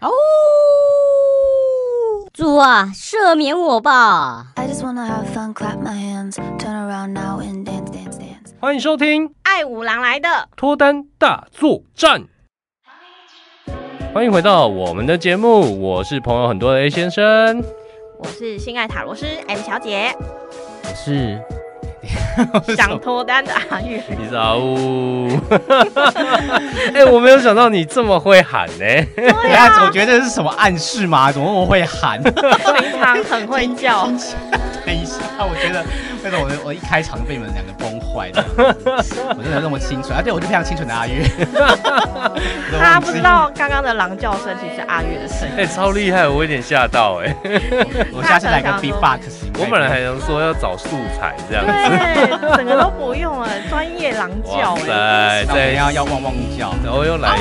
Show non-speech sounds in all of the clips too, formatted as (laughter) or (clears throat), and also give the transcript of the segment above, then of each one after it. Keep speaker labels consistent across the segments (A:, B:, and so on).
A: 哦，
B: 主啊，赦免我吧！
C: I just wanna have fun, clap my hands, turn around now and dance, dance, dance.
D: 欢迎收听《
A: 爱五郎来的，
D: 脱单大作战》。欢迎回到我们的节目，我是朋友很多的 A 先生。
A: 我是性爱塔罗师 M 小姐，
E: 是
A: 想脱单的阿玉。
D: 你是阿呜， (laughs) 哎、我没有想到你这么会喊呢、
A: 哎
E: 等一下总哎觉得这是什么暗示吗？怎么我会喊？
A: 平常很会叫，
E: (laughs) 等一下，我觉得那种我我一开场就被你们两个崩坏
A: (laughs)
E: 了，我真的那么清纯，而啊且我就非常清纯的阿月。
A: 他不知道刚刚的狼叫声其实是阿月的声
D: (laughs)
A: 音。
D: 哎、超厉害，我有点吓到哎、
E: 我下次来个 B box。
D: 我本来还想说要找素材这样子，
A: 对，整个都不用了，专业狼叫
D: 哇塞，
A: 哎、
E: 再
D: 在
E: 要要汪汪叫，
D: 然后又来，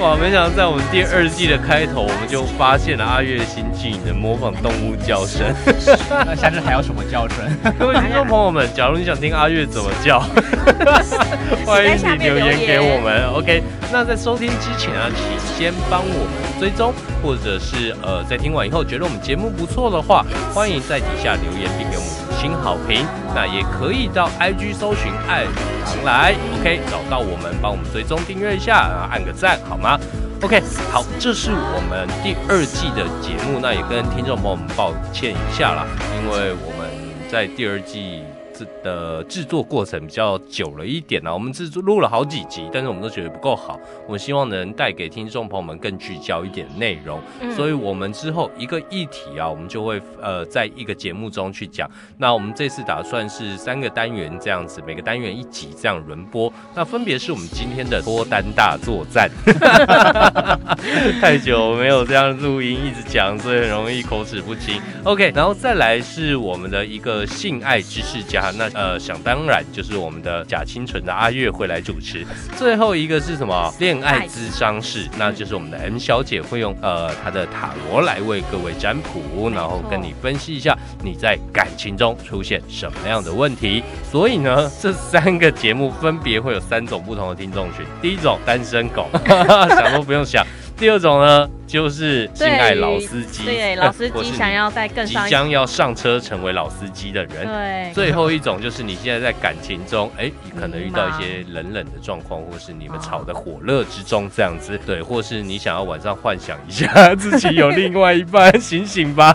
D: 哇！没想到在我们第二季的开头，我们就发现了阿月的新技能——模仿动物叫声。
A: (laughs)
E: 那下次还要什么叫声？
D: (laughs) 各位听众朋友们，假如你想听阿月怎么 (laughs) 叫，欢迎你留言给我们。OK，那在收听之前啊，请先帮我们追踪，或者是呃，在听完以后觉得我们节目不错的话，欢迎在底下留言并给我们五星好评。那也可以到 IG 搜寻“爱与常来 ”，OK，找到我们，帮我们追踪订阅一下，然后按个赞好吗？OK，好，这是我们第二季的节目，那也跟听众朋友们抱歉一下啦，因为我们在第二季制的制作过程比较久了一点啦，啊我们制作录了好几集，但是我们都觉得不够好，我们希望能带给听众朋友们更聚焦一点的内容，所以我们之后一个议题啊，我们就会呃在一个节目中去讲。那我们这次打算是三个单元这样子，每个单元一集这样轮播，那分别是我们今天的脱单大作战。 (laughs) 太久没有这样录音，一直讲，所以很容易口齿不清。OK，然后再来是我们的一个性爱知识家，那呃，想当然就是我们的假清纯的阿月会来主持。最后一个是什么？恋爱智商室，那就是我们的 M 小姐会用呃她的塔罗来为各位占卜，然后跟你分析一下你在感情中出现什么样的问题。所以呢，这三个节目分别会有三种不同的听众群。第一种单身
A: (laughs)
D: 狗， (laughs) 想都不用想。第二种呢，就是性爱老司机， (laughs)
A: 对，老司
D: 或是
A: 机
D: 你
A: 想要再更
D: 即
A: 上一
D: 将要上车成为老司机的人。
A: 对，
D: 最后一种就是你现在在感情中，哎、你可能遇到一些冷冷的状况，或是你们吵得火热之中这样子，对，或是你想要晚上幻想一下自己有另外一半，醒醒吧。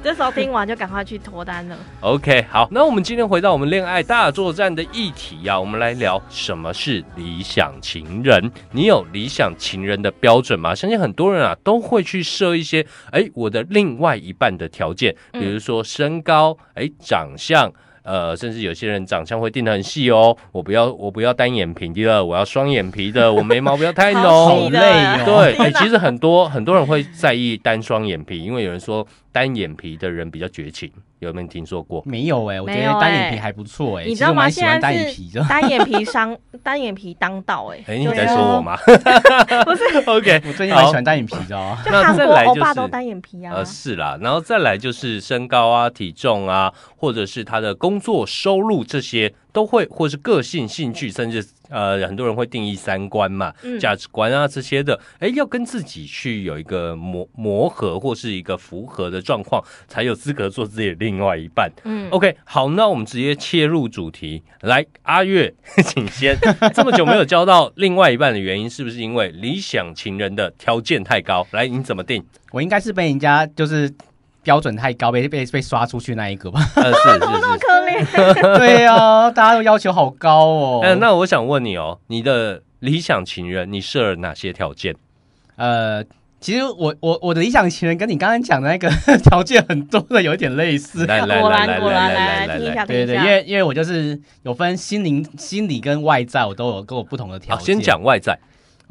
A: 这时候听完就赶快去脱单了。
D: OK，好，那我们今天回到我们恋爱大作战的议题啊，我们来聊什么是理想情人。你有理想情人的标准吗？相信很多人啊都会去设一些，哎，我的另外一半的条件，比如说身高，哎，长相。呃，甚至有些人长相会定得很细哦，我不要，我不要单眼皮的，我要双眼皮的，我眉毛不要太
A: 好
D: 浓
A: 细，
E: 累哦
D: 对，哎、
A: (laughs) 天哪
D: 其实很多很多人会在意单双眼皮，因为有人说单眼皮的人比较绝情，有没有听说过？
E: 没有哎，我觉
A: 没有
E: 得
A: 欸
E: 单眼皮还不错哎，
A: 你
E: 其
A: 知
E: 实
A: 道
E: 我
A: 吗？
E: 蛮喜
A: 现
E: 欢单
A: 在
E: 眼皮
A: 是。
E: 的
A: (laughs) 单眼皮伤，单眼皮当道哎、
D: 哎、
A: 欸，
D: 你
A: 对
D: 在
A: 啊
D: 说我？
A: (laughs)
D: 吗 (laughs) ？OK，
E: 我最近蛮喜欢单眼皮的哦。
A: 就
D: 那
A: 韩
D: 再
A: 国
D: 来
A: 欧
D: 就
A: 巴
D: 是
A: 都单眼皮啊
D: 呃，，是啦，然后再来就是身高啊、体重啊，或者是他的工作收入这些，都会或是个性、兴趣，甚至呃，很多人会定义三观嘛、
A: 嗯
D: 价值观啊这些的，哎，要跟自己去有一个磨磨合或是一个符合的状况，才有资格做自己的另外一半。
A: 嗯，
D: OK，好，那我们直接切入主题。来，阿月，请先。这么久没有交到另外一半的原因，是不是因为理想情人的条件太高？来，你怎么定？
E: 我应该是被人家就是标准太高，被被被刷出去那一个吧？
D: 呃，是是是。
A: 可怜，
D: (laughs)
E: 对啊，大家都要求好高哦。
D: 呃，那我想问你哦，你的理想情人，你设了哪些条件？
E: 呃，其实我我我的理想情人跟你刚刚讲的那个 (laughs) 条件很多的有点类似。
D: 来来
A: 果
D: 来
A: 然
D: 来
A: 果
D: 来
A: 然，
D: 来
A: 来来听
D: 来来，
A: 一下，
E: 对
A: 听
E: 对，
A: 一
E: 因
A: 下。
E: 为因为我就是有分心灵、心理跟外在，我都有跟我不同的条
D: 好，
E: 件。
D: 先讲外在。
E: 哦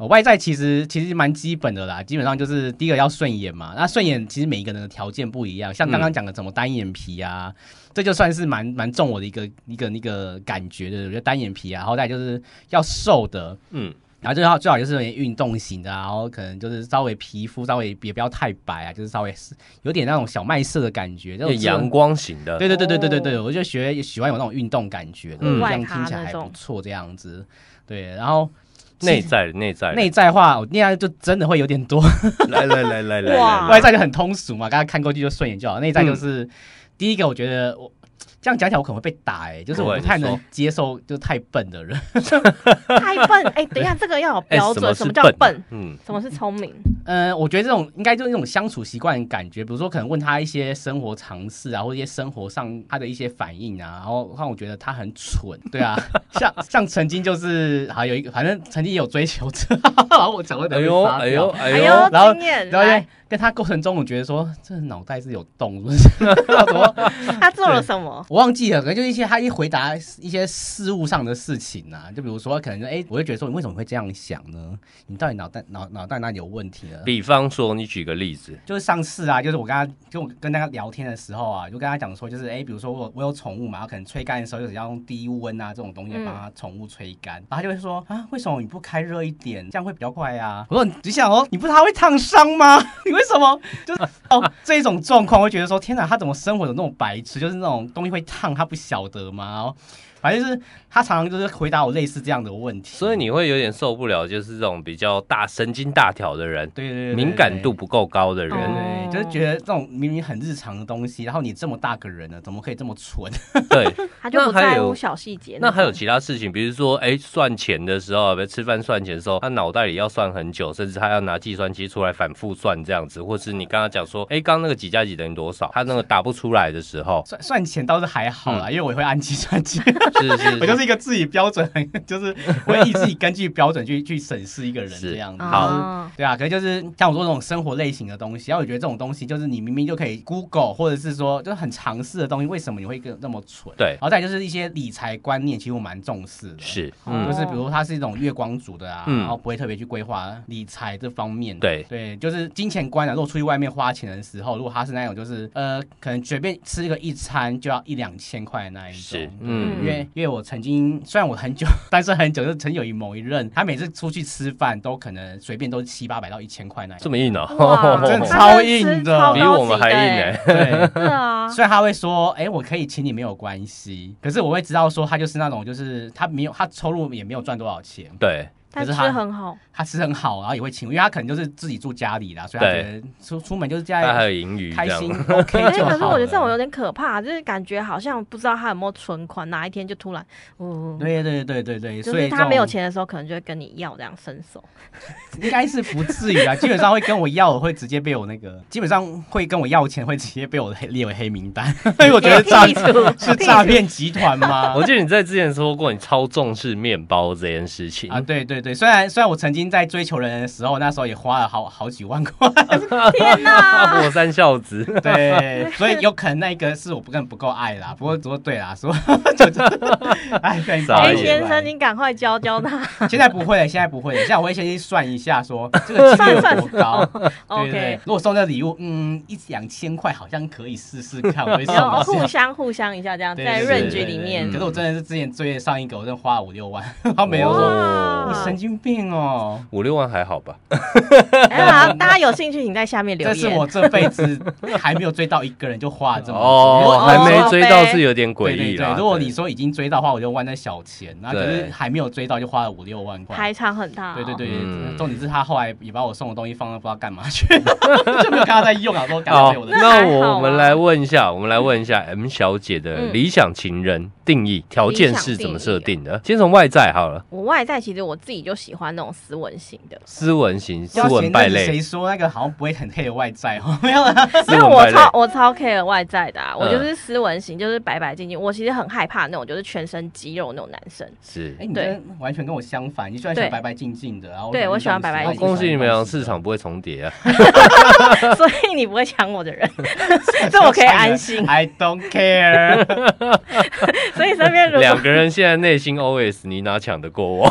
E: 外在其实其实蛮基本的啦，基本上就是第一个要顺眼嘛。那顺眼其实每一个人的条件不一样，像
D: 嗯
E: 刚刚讲的怎么单眼皮啊，这就算是蛮蛮中我的一个一个那个感觉的，我觉得单眼皮啊，然后再就是要瘦的，
D: 嗯，
E: 然后最好最好就是有点运动型的啊、然后可能就是稍微皮肤稍微也不要太白啊，就是稍微是有点那种小麦色的感觉，这种
D: 阳。光型的，
E: 对对对对对对对，我就学喜欢有那种运动感觉的，
D: 嗯
E: 这样听起来还不错，这样子。对，然后
D: 内在的内在的
E: 内在话，我那样就真的会有点多，
D: 来来来来来
A: 哇
D: 来，
E: 外在就很通俗嘛，刚刚看过去就顺眼就好。内在
D: 嗯
E: 就是、第一个，我觉得我这样讲起来我可能会被打哎、就是我
D: 对
E: 不太
D: 你说
E: 能接受就是太笨的人。 (laughs)
A: 太笨。哎，等一下，这个要有
D: 哎
A: 标准，
D: 什
A: 什
D: 么是
A: 么叫笨？
D: 嗯，
A: 什么是聪明？
E: 呃，我觉得这种应该就是那种相处习惯的感觉，比如说可能问他一些生活常识啊，或者一些生活上他的一些反应啊，然后让我觉得他很蠢，对啊，
D: (laughs)
E: 像像曾经就是好有一个，反正曾经也有追求者，然后我讲会
D: 哎
E: 等会
D: 呦
E: 发
D: 哎呦
E: 飙。
D: 哎
A: 哎
D: 呦，
A: 呦，
E: 然后
A: 经验
E: 然后
A: 来
E: 在，跟他过程中，我觉得说这脑袋是有洞，是不是？他怎么
A: 他做了什么？
E: 我忘记了，可能就是一些他一回答一些事物上的事情啊，就比如说可能哎、我会觉得说你为什么会这样想呢？你到底脑袋脑脑袋哪里有问题呢？
D: 比方说你举个例子，
E: 就是上次啊，就是我跟他就我跟大家聊天的时候啊，就跟他讲说，就是哎、诶比如说我我有宠物嘛，然后可能吹干的时候就是要用低温啊这种东西
A: 嗯
E: 帮它宠物吹干，然后他就会说啊，为什么你不开热一点，这样会比较快啊？我说你想哦，你不是还会烫伤吗？ (laughs) 你为什么就是哦这种状况，我会觉得说天哪，他怎么生活的那种白痴，就是那种东西会烫，他不晓得吗？然后反正就是他常常就是回答我类似这样的问题，
D: 所以你会有点受不了，就是这种比较大神经大条的人，
E: 对对对对
D: 敏感度不够高的人，
E: 对，就是觉得这种明明很日常的东西，然后你这么大个人了，怎么可以这么蠢？，
D: 对。
A: 他就不
D: 那还
A: 在
D: 有
A: 乎小细节。
D: (laughs) 那还有其他事情，比如说，哎、算钱的时候，比如吃饭算钱的时候，他脑袋里要算很久，甚至他要拿计算机出来反复算这样子，或是你刚刚讲说，哎、刚刚那个几加几等于多少，他那个打不出来的时候
E: 算算钱倒是还好啦，因为我也会按计算机，
D: 嗯是是是
E: (laughs) 我就是一个自己标准， (laughs) 就是我会以自己根据标准去去 (laughs) 审视一个人
D: 是
E: 这样子。
D: 好
A: 哦，
E: 对啊，可能就是像我说这种生活类型的东西，然后我觉得这种东西就是你明明就可以 Google，或者是说就是很尝试的东西，为什么你会跟那么蠢？
D: 对
E: 然后再来就是一些理财观念，其实我蛮重视的。
D: 是，
A: 哦
E: 嗯，
D: 嗯
E: 就是比如它是一种月光族的啊，
D: 嗯
E: 然后不会特别去规划理财这方面。
D: 对
E: 对，就是金钱观啊。如果出去外面花钱的时候，如果他是那种就是呃，可能随便吃个一餐就要一两千块的那一种。
D: 是，
E: 嗯，
D: 嗯，
E: 因为因为我曾经虽然我很久 (laughs) 单身很久，就曾有一某一任，他每次出去吃饭都可能随便都是七八百到一千块那一
D: 这
E: 种。
D: 么硬哦、
A: 哇
E: (laughs) 真的
A: 他
E: 超
A: 真
E: 硬
A: 是
E: 的
A: 超
D: (laughs) 比
A: 高
D: 我们
A: 级
D: 还
A: 的
D: 硬
A: 欸
D: 哎、
E: 对，
A: 是
D: (laughs)
A: 啊，
E: 虽然他会说，哎、我可以请你没有关系，可是我会知道说他就是那种就是他没有他收入也没有赚多少钱，
D: 对，
A: 但
E: 可
A: 吃
E: 是他
A: 很
D: (laughs)
A: 好，
E: 他吃很好，然后也会请，因为他可能就是自己住家里啦，所以他
D: 对
E: 觉得出出门就是
D: 他还
E: 在
D: 有盈余这
E: 哎开心
D: 样，
E: OK
A: 哎，
E: 就好
A: 可
E: 了。
A: 是我觉得这种有点可怕，就是感觉好像不知道他有没有存款，哪一天就突然，嗯，
E: 对对对对对，
A: 就
E: 所以
A: 是
E: 这
A: 他
E: 种
A: 没有钱的时候，可能就会跟你要这样伸
E: (laughs)
A: 手。 (laughs)
E: 应该是不至于啊，基本上会跟我要，我会直接被我那个，基本上会跟我要钱，会直接被我黑列为黑名 (laughs) 单，因为我觉得
A: (laughs)
E: 诈
A: 剔除
E: 是诈骗集团吗
D: 我？记得你在之前说过，你超重视面包这件事情
E: 啊，对对对，虽然虽然我曾经在追求人的时候，那时候也花了好好几万块，
D: (laughs)
A: 天
D: 啊，
A: 哪！
D: 火山孝子，
E: 对，所以有可能那个是我不更不够爱啦。不过不过对啦，说 (laughs) 就是哎，可以
D: 傻
A: 哎，
D: 眼
A: 先生，你赶快教教他。 (laughs)
E: 现在不会了，现在不会了。现在我会先去算一下说，这个几率有多高。 (laughs) 对对对
A: OK，
E: 如果送这礼物，嗯，一两千块好像可以试试看，
A: (laughs)
E: 我会送
A: 有
E: 一
A: 互
E: 下。
A: 相互相一下这样，
E: 哦对
A: 哦在
E: 对
D: 润
E: 对
A: range
E: 对
A: 里
E: 对
A: 面
E: 可是我真的是之前追上一个，我真的花了五六万， (laughs) 他没有说
A: 哇
E: 你神经病哦。
D: 五六万还好吧？
A: (laughs) 哎呀，大家有兴趣，请在下面留
E: (laughs) 这
A: 言。
E: 是我这辈子还没有追到一个人就花了这么
A: (laughs)
E: 多钱
D: 哦，还没追到
A: 哦
D: 是有点诡
E: 对对
D: 异
E: 对
D: 啦。，
E: 如果你
D: 对
E: 说已经追到的话，我就万那小钱，那可
D: 对
E: 是还没有追到就花了五六万
A: (laughs)
E: 块，
A: 排场很大哦。
E: 对对对，
D: 嗯
E: 重点是他后来也把我送的东西放到不知道干嘛去， (laughs) 就没有看他在用啊，说感觉
D: 好
E: 被我，的。
D: 哦那
A: 那还好啊
D: 我们来问一下，我们来问一下 M 小姐的
A: 嗯
D: 理想情人定义条件是怎么设定的？先从外在好了，
A: 我外在其实我自己就喜欢那种斯文型的，
D: 斯文型、斯
E: 要
D: 文
E: 嫌
D: 败
E: 那是谁
D: 类，
E: 说那个好像不会很黑的外在哦？没有啦，
D: 斯
A: 因为
D: 文
A: 我
D: 败类
A: 超我超 care 外在的、啊，我
D: 嗯
A: 就是斯文型，就是白白净净。我其实很害怕那种就是全身肌肉那种男
E: (laughs)
A: 生。
D: 是
E: 哎，。你真的完全跟我相反，你喜欢喜欢白白净净的，然后
A: 对我喜欢白
E: 哎
A: 白
D: 哦
A: 净净
D: 恭喜你们俩市场不会重叠啊！
A: 所以你不会抢我的
E: (laughs)
A: 人， (laughs) 这我可以安心
E: I don't care，
A: 所以身边 (laughs) 如
D: 两
A: 果 (laughs)
D: 个人现在内心 OS，你哪抢得过我？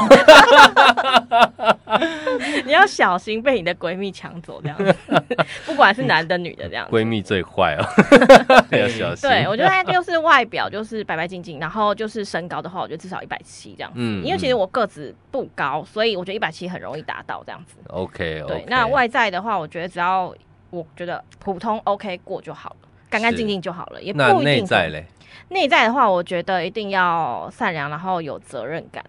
A: 你要小心被你的闺蜜抢走这样子， (laughs) 不管是男的女的这样子。
D: 闺蜜最坏
E: (laughs)
D: 哦， (laughs) 要小心。
A: 对，我
D: (laughs)
A: 觉得他就是外表就是白白净净，然后就是身高的话，我觉得至少一百七这样子。
D: 嗯
A: 因为其实我个子不高，所以我觉得一百七很容易达到这样子。
D: OK
A: 对
D: 哦 OK。
A: 那外在的话，我觉得只要我觉得普通 OK 过就好了，干干净净就好了，也不
D: 那
A: 一定。
D: 内在，嘞，
A: 内在的话，我觉得一定要善良，然后有责任感。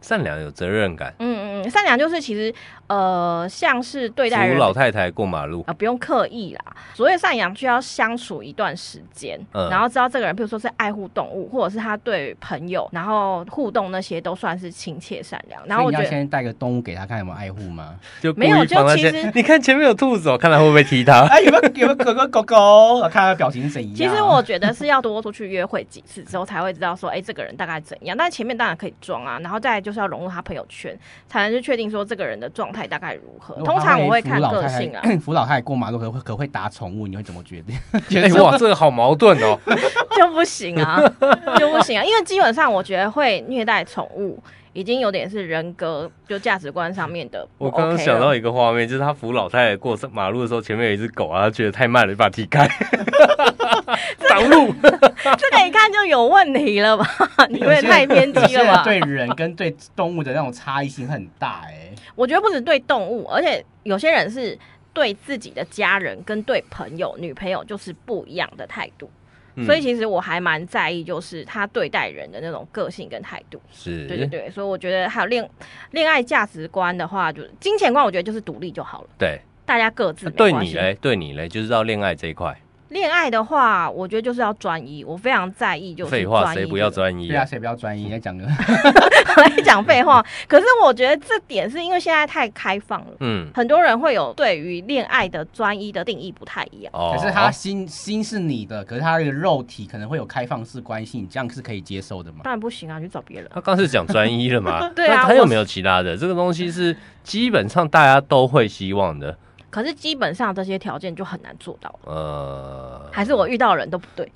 D: 善良有责任感，
A: 嗯嗯，嗯，善良就是其实呃，像是对待
D: 扶
A: 人
D: 老太太过马路
A: 啊、。不用刻意啦。所谓善良，需要相处一段时间，
D: 嗯
A: 然后知道这个人，比如说是爱护动物，或者是他对朋友，然后互动那些都算是亲切善良。 (laughs) 然后
E: 所以
A: 我
E: 你
A: 觉
E: 要
A: 得。
E: 先带个动物给他看有没有爱护吗？
D: 就故
A: 没有
D: 意
A: 就
D: 放在
A: 其
D: 前
A: 实，
D: 你看前面有兔子哦，看他会不会踢
A: (laughs)
D: 它。
E: 哎，有没有有没有哥哥狗狗？我看他的表情是怎样。
A: 其实我觉得是要多出去约会几次之后，才会知道说，哎、这个人大概怎样。但前面当然可以装啊，然后再来就是要融入他朋友圈，才能去确定说这个人的状态大概如何。
E: 如果
A: 通
E: 他
A: 常我会
E: 扶
A: 看
E: 老
A: 个
E: 太太
A: 性
E: (clears throat)
A: 啊，。
E: 扶老太太过马路可会可会打宠物，你会怎么
A: (laughs)
E: 决定？
D: 哎哇，这个好矛盾哦。
A: 就不行啊， (laughs) 就不行啊，因为基本上我觉得会虐待宠物，已经有点是人格就价值观上面的不
D: 我
A: OK
D: 刚刚想到
A: 了
D: 一个画面，就是他扶老太太过马路的时候，前面有一只狗啊，他觉得太慢了，就把它踢
A: (laughs)
D: 开，挡路。
A: 这个一看就有问题了吧？ (laughs) 你有点太偏
E: 有
A: 激
E: 些
A: 了
E: 人
A: 吧？
E: 对人跟对动物的那种差异性很大 (laughs) 哎、
A: (laughs) 我觉得不止对动物，而且有些人是对自己的家人跟对朋友、女朋友就是不一样的态度。
D: 嗯
A: 所以其实我还蛮在意，就是他对待人的那种个性跟态度。
D: 是，
A: 对对对，所以我觉得还有恋恋爱价值观的话，就是金钱观，我觉得就是独立就好了。
D: 对
A: 大家各自
D: 那
A: 没
D: 对
A: 关
D: 你
A: 系
D: 嘞，对你嘞，就是到恋爱这一块。
A: 恋爱的话，我觉得就是要专一，我非常在意就是
D: 废话，
A: 专一
D: 谁
A: 这
D: 不要
A: 个？ (laughs)
D: 专一
E: 对啊，
D: 啊？
E: 谁比较专一？你在讲个，
A: 我在讲废话，可是我觉得这点是因为现在太开放了，
D: 嗯，
A: 很多人会有对于恋爱的专一的定义不太一样。
D: 哦
E: (laughs) 可是他心心是你的，可是他的肉体可能会有开放式关系，你这样是可以接受的吗？
A: 当然不行啊，你去找别人。
D: 他刚是讲专一了嘛？
A: (laughs) 对啊
D: 那他有
A: 我
D: 没有其他的？这个东西是基本上大家都会希望的。
A: 可是基本上这些条件就很难做到了，
D: 呃，
A: 还是我遇到的人都不
D: (laughs)
A: 对。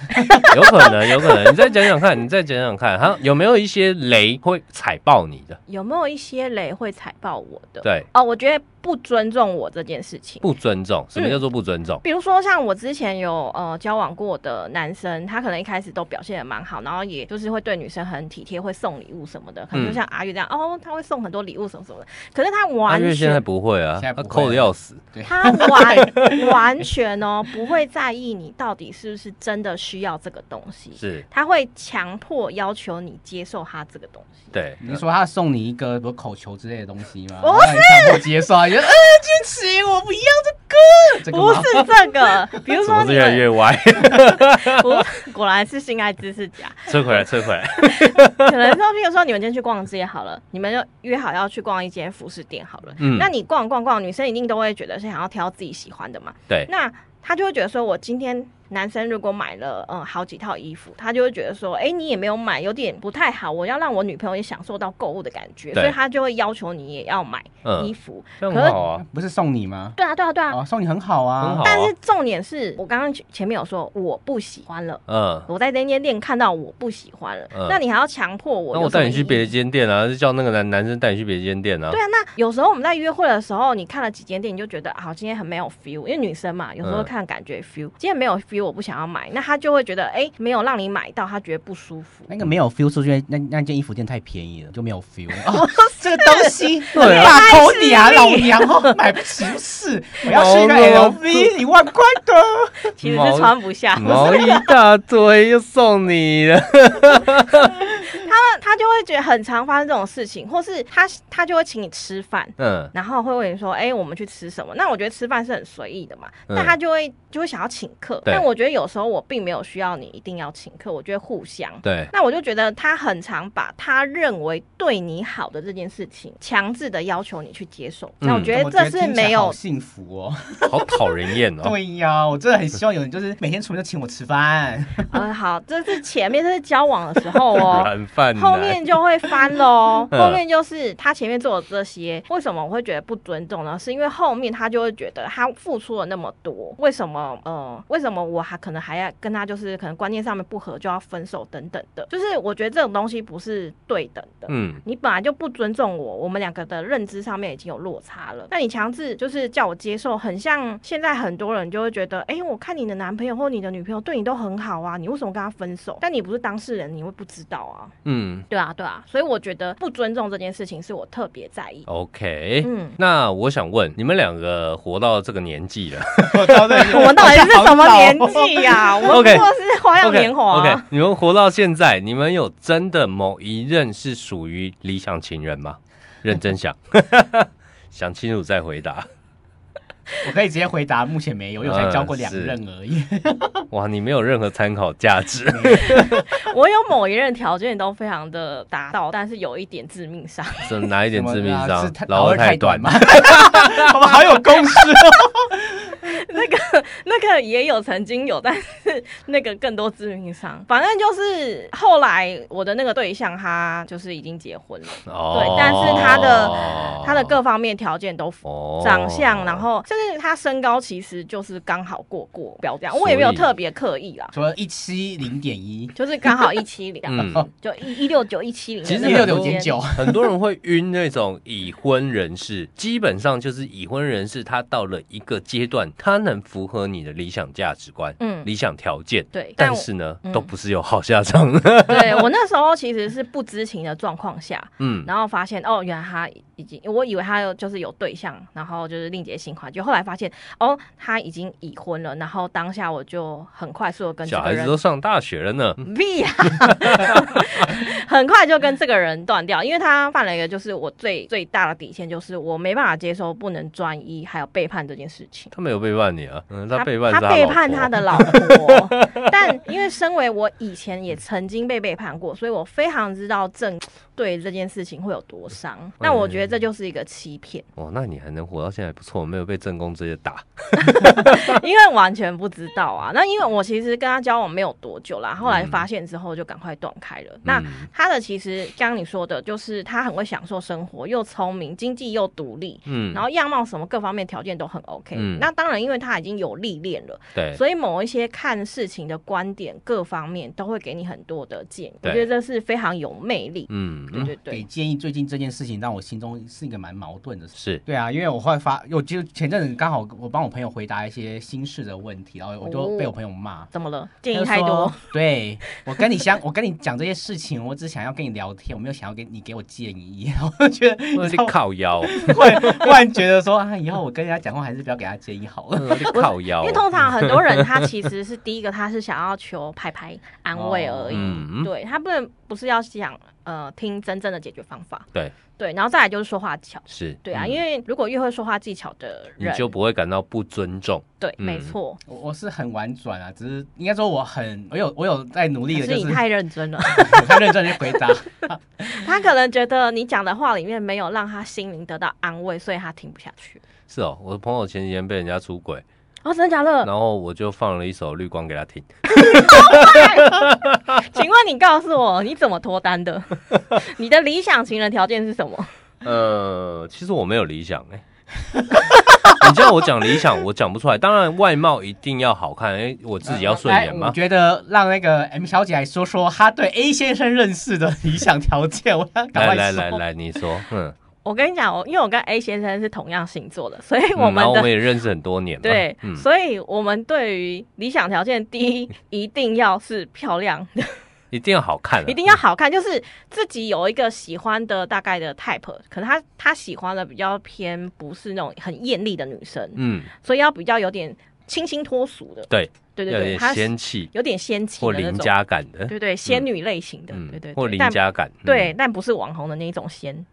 D: 有可能，有可能。你再讲讲看，你再讲讲看，他有没有一些雷会踩爆你的？
A: 有没有一些雷会踩爆我的？
D: 对，
A: 哦，我觉得不尊重我这件事情。
D: 不尊重，什么叫做不尊重？
A: 比如说，像我之前有呃交往过的男生，他可能一开始都表现的蛮好，然后也就是会对女生很体贴，会送礼物什么的，可能就像阿玉这样，哦，他会送很多礼物什么什么的。可是他
D: 嗯阿
A: 完
D: 月现在
A: 全，
D: 不会啊，
E: 现在不
D: 他
E: 会
D: 扣的要死。
A: 哦他
D: (laughs)
A: 完完全哦不会在意你到底是不是真的需要这个东西，
D: 是，
A: 他会强迫要求你接受他这个东西。
D: 对，
E: 你是说他送你一个比如口球之类的东西吗？
A: 不是
E: 然后你强迫接受啊，
A: (laughs)
E: 你就呃，不起，我不要这个，这个
A: 不
E: 吗
A: 是？这个，比
D: (laughs) 怎
A: 如说
D: 么是
A: 你
D: 越来
A: 们，
D: 越 (laughs) 歪？
A: 不，果然是性爱知识家。
D: 撤回来，撤回来。
A: (laughs) 可能说，譬如说你们今天去逛街好了，你们就约好要去逛一间服饰店好了。
D: 嗯
A: 那你逛逛逛，女生一定都会觉得是想要挑自己喜欢的嘛。
D: 对，
A: 那她就会觉得说，我今天男生如果买了嗯好几套衣服，他就会觉得说，哎、你也没有买，有点不太好。我要让我女朋友也享受到购物的感觉，
D: 对
A: 所以他就会要求你也要买衣
D: 嗯，
A: 服。
D: 这样
A: 可是
D: 很好啊，
E: 不是送你吗？
A: 对啊，对啊，对啊。
E: 哦，送你很好啊，
D: 很好
A: 但
D: 啊
A: 是。重点是我刚刚前面有说我不喜欢了。
D: 嗯，
A: 我在那间店看到我不喜欢了，
D: 嗯
A: 那你还要强迫我？
D: 那我带你去别间店啊，就叫那个男男生带你去别间店啊
A: 对。啊，那有时候我们在约会的时候，你看了几间店，你就觉得好、啊，今天很没有 feel，因为女生嘛，有时候
D: 嗯
A: 看感觉 feel，、今天没有 feel，我不想要买，那她就会觉得哎、没有让你买到，她觉得不舒服。
D: 哎
E: 那个没有 feel 出去，那那件衣服店太便宜了，就没有 feel。哦、 (laughs) 这个
A: (laughs)
E: 东西，
D: 对啊
E: 大头娘老娘哦，买不起不是？我要是一个
D: 毛绒
E: LV 一万块的，
A: 其实
D: 毛
A: 是穿不下，
D: (laughs) 毛一大堆又送你了， (laughs)
A: 那她就会觉得很常发生这种事情，或是她她就会请你吃饭。
D: 嗯，
A: 然后会问你说：“哎、我们去吃什么？”那我觉得吃饭是很随意的嘛，
D: 嗯
A: 那他就会就会想要请客。
D: 对
A: 但我觉得有时候我并没有需要你一定要请客，我觉得互相
D: 对，
A: 那我就觉得他很常把他认为对你好的这件事情，强制的要求你去接受。那我觉得这是没有
E: 我觉得听起来好幸福哦。
D: 好讨人厌哦。
E: (laughs) 对呀、我真的很希望有人就是每天出门就请我吃饭。 (laughs)
A: 嗯、好，这是前面这是交往的时候
D: (laughs)
A: 哦。
D: 软饭男
A: 后面就会翻喽，
D: 嗯
A: 后面就是他前面做的这些，为什么我会觉得不尊重呢？是因为后面他就会觉得他付出了那么多，为什么呃，为什么我还可能还要跟他就是可能观念上面不合就要分手等等的，就是我觉得这种东西不是对等的。
D: 嗯，
A: 你本来就不尊重我，我们两个的认知上面已经有落差了。那你强制就是叫我接受，很像现在很多人就会觉得，哎、我看你的男朋友或你的女朋友对你都很好啊，你为什么跟他分手？但你不是当事人，你会不知道啊。
D: 嗯
A: 对啊，对啊，所以我觉得不尊重这件事情是我特别在意。
D: ，OK。 (laughs)
A: 嗯，
D: 那我想问，你们两个活到这个年纪了
A: (laughs) 我们到底是什么年纪呀、我们不
D: 哦 OK
A: 过是花样
D: ，OK
A: 年华、啊
D: OK，你们活到现在，你们有真的某一任是属于理想情人吗？认真
A: (laughs)
D: 想，想清楚再回答。
E: 我可以直接回答，目前没有，因为我才交过两
D: 嗯是
E: 任而已。
D: 哇，你没有任何参考价值。
A: 我有某一任条件都非常的达到，但是有一点致命伤。
D: 这哪一点致命
E: 什么啊
D: 伤
E: 是太？
D: 老
E: 老二
D: 二太
E: 太
D: 短
E: 短吗？ (laughs) 我们好有共识哦。 (laughs)
A: 那个那个也有曾经有，但是那个更多致命伤。反正就是后来我的那个对象他就是已经结婚了，
D: 哦
A: 对，但是他的他的各方面条件都符。
D: 哦
A: 长相，然后甚至他身高其实就是刚好过过标这样，我也没有
D: 所以
A: 特别刻意啦，
E: 除了一七零点一，
A: 就是刚好一七零，
D: 嗯，
A: 就一一六九一七零，
D: 其实很
E: 一六
D: 多
E: 九点
D: (laughs)
E: 九，
D: 很多人会晕那种已婚人士，基本上就是已婚人士，他到了一个阶段，他能符合你的理想价值观、
A: 嗯
D: 理想条件，
A: 对但
D: 但
A: 我
D: 是呢，
A: 嗯
D: 都不是有好下场。
A: (laughs) 对我那时候其实是不知情的状况下，
D: 嗯，
A: 然后发现哦，原来他已经，我以为他有就是有对象，然后就是另结新欢，就后来发现哦，他已经已婚了。然后当下我就很快速的跟这
D: 小
A: 个
D: 孩子
A: 人
D: 都上大学了呢，
A: 屁啊， (laughs) 很快就跟这个人断掉，因为他犯了一个就是我最最大的底线，就是我没办法接受不能专一还有背叛这件事情。
D: 他没有背叛你啊，嗯，他背叛
A: 他
D: 是
A: 背
D: 老
A: 叛
D: 婆
A: 他的老婆，
D: (laughs)
A: 但因为身为我以前也曾经被背叛过，所以我非常知道正对这件事情会有多
D: 嗯
A: 伤。那我觉得这就是一个欺骗， (laughs)
D: 哦，那你还能活到现在不错，没有被正宫直接打。嗯
A: 因为完全不知道啊。那因为我其实跟他交往没有多久啦，后来发现之后就赶快断开了。那
D: 嗯
A: 他的其实刚刚你说的，就是他很会享受生活，又聪明，经济又独立，
D: 嗯
A: 然后样貌什么各方面条件都很 OK。
D: 嗯
A: 那当然，因为他已经有历练了。
D: 对，
A: 所以某一些看事情的观点各方面都会给你很多的建议，我
D: 对
A: 觉得这是非常有魅力。
D: 嗯
A: 对
D: 嗯，
A: 对
E: 给
A: 对，
E: 建议最近这件事情让我心中是一个蛮矛盾的事。
D: 是
E: 对啊，因为我后来发，我就前阵子刚好我帮我朋友回答一些心事的问题，然后我
A: 哦
E: 就被我朋友骂。
A: 怎么了？建
E: 他
A: 议
E: 就
A: 太多
E: 说。对我跟你
A: (laughs)
E: 相，我跟你讲这些事情，我只想要跟你聊天，我没有想要给你给我建
A: (laughs)
E: 议。然后我觉得，
D: 我
E: 你知
D: 是
E: 道
D: 靠腰，
E: 吗忽然忽然觉得说啊，以后我跟人家讲话还是不要给他建议好
A: (laughs)
E: 了。
D: 嗯我是靠腰，
A: 因为通常很多人他其实是第一个，他是想要求拍拍安慰而已，
D: 嗯
A: 对他不能不是要想呃听真正的解决方法，
D: 对
A: 对，然后再来就是说话技巧，
D: 是
A: 对啊，
D: 嗯
A: 因为如果越会说话技巧的
D: 你
A: 人，
D: 就不会感到不尊重。
A: 对，
D: 嗯
A: 没错，
E: 我我是很婉转啊，只是应该说我很，我有我有在努力
A: 可
E: 的，
A: 是
E: 就是
A: 你太认真 (laughs) 了，
E: 我太认真地去回
A: (laughs)
E: 答。
A: 他可能觉得你讲的话里面没有让他心灵得到安慰，所以他听不下去。
D: 是哦，我的朋友前几天被人家出轨，
A: 哦，真的假的？
D: 然后我就放了一首《绿光》给他听。
A: (laughs) 请问你告诉我，你怎么脱
D: (laughs)
A: 单的？你的理想情人条件是什么？
D: 呃，其实我没有理想哎、 (laughs) 你叫我讲理想，我讲不出来。当然，外貌一定要好看，哎、我自己要顺眼
E: 来我
D: 嘛。
E: 觉得让那个 M 小姐来说说她对 A 先生认识的理想条件， (laughs) 我要
D: 来
E: 赶快
D: 来来
E: 说
D: 来，你
A: (laughs)
D: 说，嗯，
A: 我跟你讲，哦我因为我跟 A 先生是同样星座的，所以
D: 嗯
A: 我们
D: 然后我
A: 的、
D: 们也认识很多年嘛，
A: 对，
D: 嗯，
A: 所以我们对于理想条件，第一一定要是漂亮，
D: 啊一定要好看、啊，
A: 一定要好看，就是自己有一个喜欢的大概的 type，可能他他喜欢的比较偏不是那种很艳丽的女生，
D: 嗯，
A: 所以要比较有点清新脱俗的，
D: 对，
A: 对对
D: 要有
A: 对，
D: 点
A: 他
D: 仙气
A: 有点仙气
D: 或
A: 的那
D: 邻
A: 种。
D: 家感的，
A: 对对，仙女类型的，
D: 嗯，
A: 对对，
D: 或
A: 对
D: 邻
A: 但
D: 家感，嗯
A: 对，，但不是网红的那一种仙。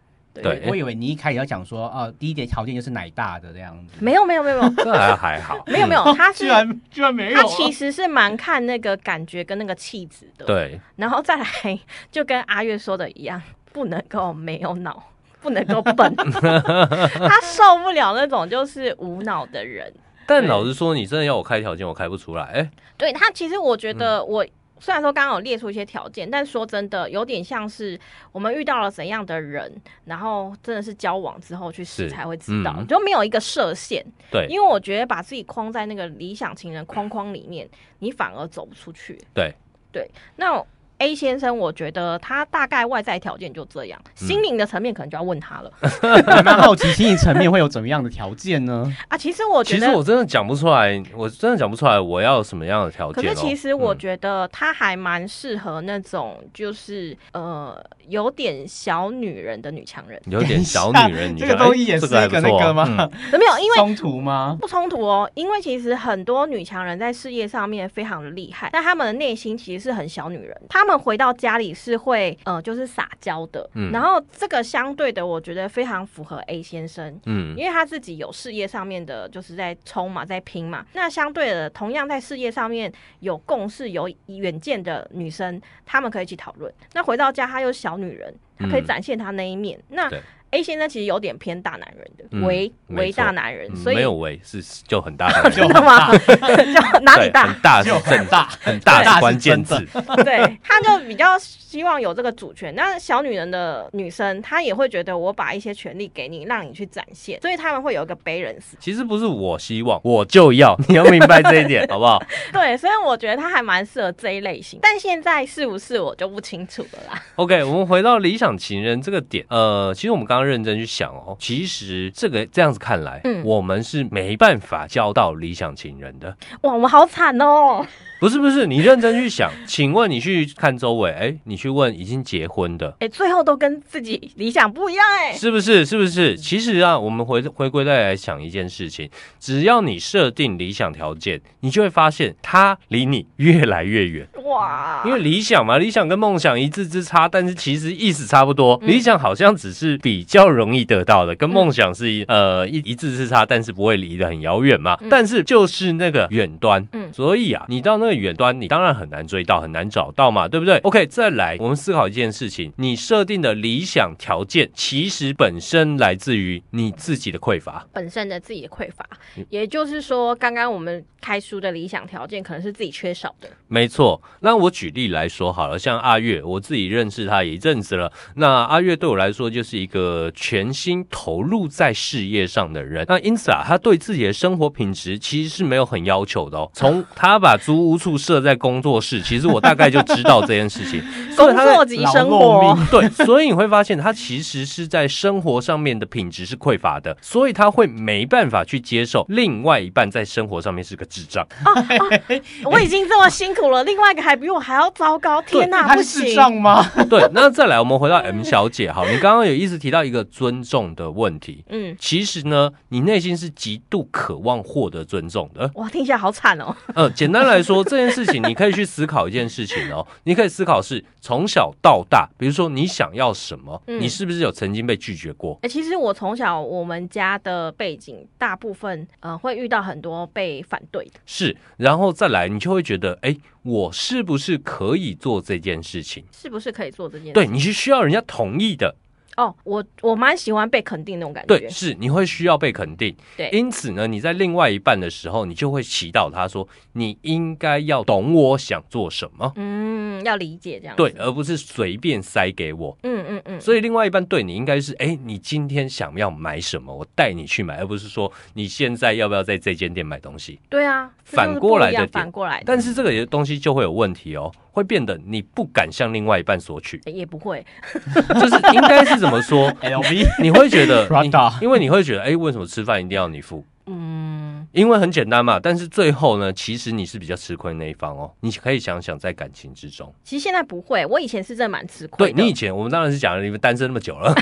D: 对欸
E: 我以为你一开始要讲说，哦，第一点条件就是奶大的这样子，
A: 没有没有没有没有
D: 这还还好，
A: (laughs) 没有没
D: 有，
A: 有，他
E: 哦 (laughs) 居
A: 是
E: 然居然没有、啊
A: 他其实是蛮看那个感觉跟那个气质的。，
D: 嗯对，
A: 然后再来就跟阿月说的一样，不能够没有脑。不能够笨， (laughs) 他受不了那种就是无脑的人。
D: 但
A: 对
D: 老实说，你真的要我开条件，我开不出来。哎、
A: 对他，其实我觉得我虽然说刚刚有列出一些条件，但说真的，有点像是我们遇到了怎样的人，然后真的是交往之后去试
D: 是
A: 才会知道，
D: 嗯
A: 就没有一个设限。
D: 对
A: 因为我觉得把自己框在那个理想情人框框里面，你反而走不出去。
D: 对
A: 对，那 A 先生，我觉得他大概外在条件就这样，
D: 嗯
A: 心灵的层面可能就要问他了、
E: (laughs) 还蛮好奇心理层面会有怎么样的条件呢？
A: 啊。其实我觉
D: 其
A: 得，
D: 实我真的讲不出来，我真的讲不出来我要什么样的条
A: 可
D: 件、哦。
A: 是其实我
D: 嗯
A: 觉得他还蛮适合那种就是、呃有点小女人的女强人，
D: 有点小女人，你
E: (laughs) 这个
D: 看哎
E: 东西也是
D: 这
E: 嗯一
D: 还不
E: 个那
D: 错
E: 个
D: 哦
E: (laughs) 吗？
D: 嗯
A: 没有因为。
E: 冲突吗？
A: 不冲突哦，因为其实很多女强人在事业上面非常的厉害，但她们的内心其实是很小女人。她们回到家里是会呃，就是撒娇的。
D: 嗯
A: 然后这个相对的，我觉得非常符合 A 先生，
D: 嗯
A: 因为他自己有事业上面的，就是在冲嘛，在拼嘛。那相对的，同样在事业上面有共识、有远见的女生，她们可以一起讨论。那回到家，她又是小女人，她可以
D: 嗯
A: 展现她那一面。那
D: 对
A: A 先生其实有点偏大男人的，
D: 嗯
A: 为
D: 没
A: 为大
D: 错
A: 男人，
D: 嗯
A: 所以
D: 没有围是就很大
E: (laughs)
D: 的
E: 就
A: 真的吗？ (laughs) 就哪里
D: 对
A: 大？
D: 很大是
E: 就
D: 正
E: 很大，
D: 很大
E: 对 (laughs) 大
D: 的
E: 是
D: 关键
E: 真
D: 字
E: 的，
A: 对，他就比较希望有这个主权。那小女人的女生，她也会觉得我把一些权利给你，让你去展现，所以他们会有一个 balance。
D: 其实不是我希望，我就要， (laughs) 你要明白这一点，好不好？
A: 对，所以我觉得她还蛮适合这一类型，但现在是不是我就不清楚了啦。
D: OK，我们回到理想情人这个点，呃，其实我们刚刚认真去想哦，其实这个这样子看来，
A: 嗯
D: 我们是没办法交到理想情人的。
A: 哇，我们好惨哦！
D: 不是不是，你认真去想， (laughs) 请问你去看周围，哎，你去问已经结婚的，
A: 哎，最后都跟自己理想不一样哎。
D: 是不是？是不是？其实啊，我们回回归再来想一件事情，只要你设定理想条件，你就会发现他离你越来越远。
A: 哇，
D: 因为理想嘛，理想跟梦想一字之差，但是其实意思差不多。
A: 嗯
D: 理想好像只是比较容易得到的，跟梦想是一呃一一字之差，但是不会离得很遥远嘛
A: 嗯。
D: 但是就是那个远端，
A: 嗯
D: 所以啊，你到那个远端，你当然很难追到，很难找到嘛，对不对？OK，再来，我们思考一件事情，你设定的理想条件，其实本身来自于你自己的匮乏。
A: 本身的自己的匮乏，也就是说，刚刚我们开书的理想条件可能是自己缺少的。
D: 没错，那我举例来说好了，像阿月，我自己认识他也一阵子了。那阿月对我来说就是一个全心投入在事业上的人，那因此啊，他对自己的生活品质其实是没有很要求的
A: (laughs)
D: 哦。从他把租屋处设在工作室，其实我大概就知道这件事
A: (laughs)
D: 情。所以
A: 工
D: 他在
A: 作哦及生
E: 劳
A: 活
E: 碌，
D: 对，所以你会发现他其实是在生活上面的品质是匮乏的，所以他会没办法去接受另外一半在生活上面是个智障。
A: (laughs) 我已经这么辛苦了，另外一个还比我还要糟糕，天哪、
E: 他
A: 不
E: 是智障
A: 行！
E: 吗？
D: 对，那再来，我们回到 M 小姐，好，你刚刚有一直提到一个尊重的问题。
A: 嗯，
D: 其实呢，你内心是极度渴望获得尊重的。
A: 哇，听起来好惨哦。 (laughs)
D: 呃，简单来说，这件事情你可以去思考一件事情哦， (laughs) 你可以思考是从小到大，比如说你想要什么，
A: 嗯
D: 你是不是有曾经被拒绝过？
A: 哎、其实我从小我们家的背景，大部分呃会遇到很多被反对的。
D: 是，然后再来，你就会觉得，哎，我是不是可以做这件事情？
A: 是不是可以做这件事？
D: 对，你是需要人家同意的，
A: 哦，我我蛮喜欢被肯定那种感觉。
D: 对，是你会需要被肯定。
A: 对
D: 因此呢，你在另外一半的时候，你就会祈祷他说，你应该要懂我想做什么，
A: 嗯，要理解这样。
D: 对，，而不是随便塞给我。
A: 嗯嗯嗯，
D: 所以，另外一半对你应该是，哎，你今天想要买什么，我带你去买，而不是说你现在要不要在这间店买东西。
A: 对啊，这就是
D: 反过来的
A: 不一样
D: 点
A: 反过来的，，
D: 但是这个也东西就会有问题哦，会变得你不敢向另外一半索取
A: (laughs) 哎也不会。
D: 就是应该是怎么说？
E: LV
D: 你会觉得你
E: Prada
D: 因为你会觉得，哎，为什么吃饭一定要你付？
A: 嗯，
D: 因为很简单嘛，但是最后呢，其实你是比较吃亏那一方哦。你可以想想，在感情之中，
A: 其实现在不会，我以前是真的蛮吃亏
D: 对
A: 的。
D: 你以前，我们当然是讲了你们单身那么久
A: (laughs)
D: 了，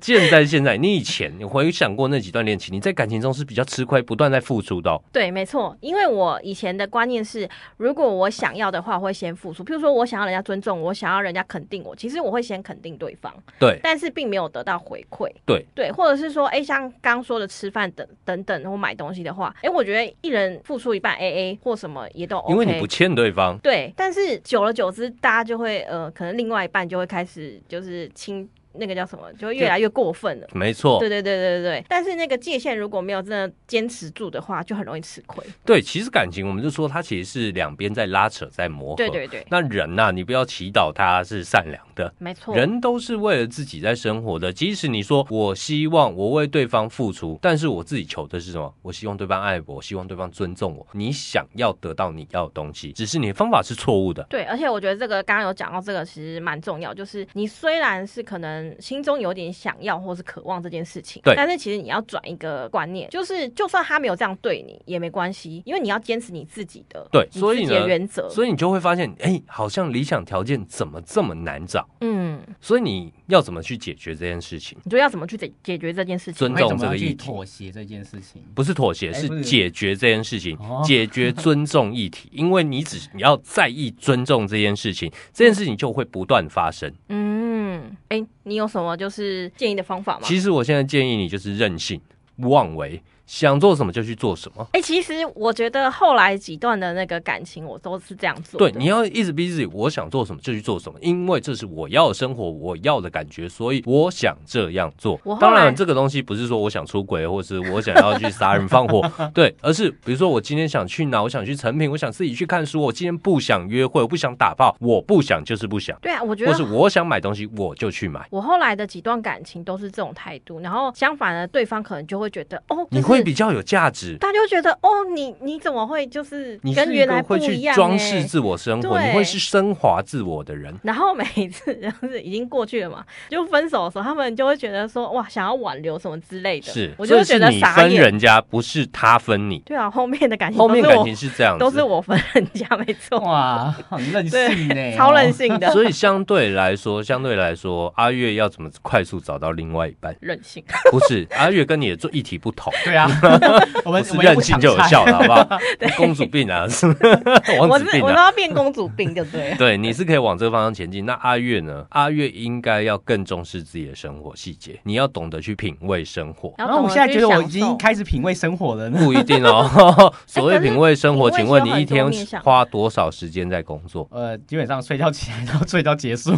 D: 现在现在，你以前你回想过那几段恋情，你在感情中是比较吃亏，不断在付出的、哦。
A: 对，没错，因为我以前的观念是，如果我想要的话，我会先付出。譬如说我想要人家尊重我，我想要人家肯定我，其实我会先肯定对方，
D: 对
A: 但是并没有得到回馈。
D: 对
A: 对，或者是说，哎，像刚说的吃饭等等等，或买东西的话，哎，我觉得一人付出一半 A A 或什么也都 OK。
D: 因为你不欠对方。
A: 对，但是久而久之，大家就会呃，可能另外一半就会开始就是轻那个叫什么，就会越来越过分了。
D: 没错，
A: 对对对对对对，但是那个界限如果没有真的坚持住的话，就很容易吃亏。
D: 对，其实感情我们就说它其实是两边在拉扯，在磨合。
A: 对对对，
D: 那人呐、你不要祈祷他是善良的，
A: 没错。
D: 人都是为了自己在生活的。即使你说我希望我为对方付出，但是我自己求的是什么？我希望对方爱我，我希望对方尊重我。你想要得到你要的东西，只是你的方法是错误的。
A: 对，而且我觉得这个刚刚有讲到，这个其实蛮重要，就是你虽然是可能心中有点想要或是渴望这件事情，
D: 对
A: 但是其实你要转一个观念，就是就算他没有这样对你也没关系，因为你要坚持你自己的，
D: 对
A: 你
D: 所以
A: 自己的
D: 呢
A: 原则，
D: 所
A: 以
D: 以你就会发现，哎，好像理想条件怎么这么难找？
A: 嗯，
D: 所以你要怎么去解决这件事情？
A: 你就要怎么去解解决这件事情？
D: 尊
E: 会
D: 重
E: (laughs) 怎
D: 这
E: 么
D: 个议
E: 去
D: 题，
E: 妥协这件事情？
D: 不是妥协，
E: 哎
D: 是
E: 不是
D: 解决这件事情，
E: 哦
D: 解决尊重议题。因为你只你要在意尊重这件事情，这件事情就会不断发生。
A: 嗯，哎、你有什么就是建议的方法吗？
D: 其实我现在建议你就是任性、妄为，想做什么就去做什么。
A: 哎、其实我觉得后来几段的那个感情，我都是这样做的。
D: 对，你要一直逼自己，我想做什么就去做什么，因为这是我要的生活，我要的感觉，所以我想这样做
A: 我。后
D: 当
A: 来
D: 然，这个东西不是说我想出轨，或是我想要去杀人放火， (laughs) 对，而是比如说我今天想去哪，我想去成品，我想自己去看书，我今天不想约会，我不想打炮，我不想就是不想，
A: 对啊，我觉
D: 或是
A: 得
D: 我想买东西我就去买。
A: 我后来的几段感情都是这种态度，然后相反的，对方可能就会觉得哦，
D: 你
A: 就是
D: 会比较有价值，
A: 大家就觉得哦，你你怎么会就是
D: 你
A: 跟
D: 是一
A: 原来
D: 个
A: 不
D: 会去
A: 一样、欸？
D: 装饰自我生活，
A: 对
D: 你会是升华自我的人。
A: 然后每一次就是已经过去了嘛，就分手的时候，他们就会觉得说哇，想要挽留什么之类的，
D: 是，
A: 我就会
D: 所以
A: 觉
D: 是
A: 得
D: 你
A: 傻
D: 分
A: 眼。
D: 人家，不是他分你。
A: 对啊，后面的感情
D: 后面
A: 都是
D: 感
A: 我
D: 情是这样子，
A: 都是我分人家，没错，
E: 哇，很任性呢，
A: 对，超任性的，？
D: 所以相对来说，相对来说，阿月要怎么快速找到另外一半
A: 任性。
D: 不是，阿月跟你的做议题不同，
E: 对
D: (laughs)
E: 啊，我
D: 不
E: 们
D: 是
E: 我们又
D: 任
E: 不
D: 性
E: 抢
D: 就有
E: 菜
D: 效了，好不好？公主病啊，是
A: (laughs)
D: (laughs) 王
A: 我
D: 子
A: 是
D: 病
A: 我都
D: 啊。？
A: 要变公主病，对不对
D: (laughs) 对，你是可以往这个方向前进。那阿月呢？阿月应该要更重视自己的生活细节，你要懂得去品味生活，
A: (laughs) 然
E: 然
A: 懂
E: 后我
A: 得
E: 现在
A: 去
E: 觉得我已
A: 享
E: 经
A: 受
E: 开始品味生活了呢。 (laughs)
D: 不一定
A: (laughs)
D: 哦。所谓
A: 哎可是
D: 品味生活，
A: 品味
D: 请问
A: 是有
D: 你一
A: 很多
D: 天
A: 面向
D: 花多少时间在工作？
E: 呃，基本上睡觉起来到睡觉结束，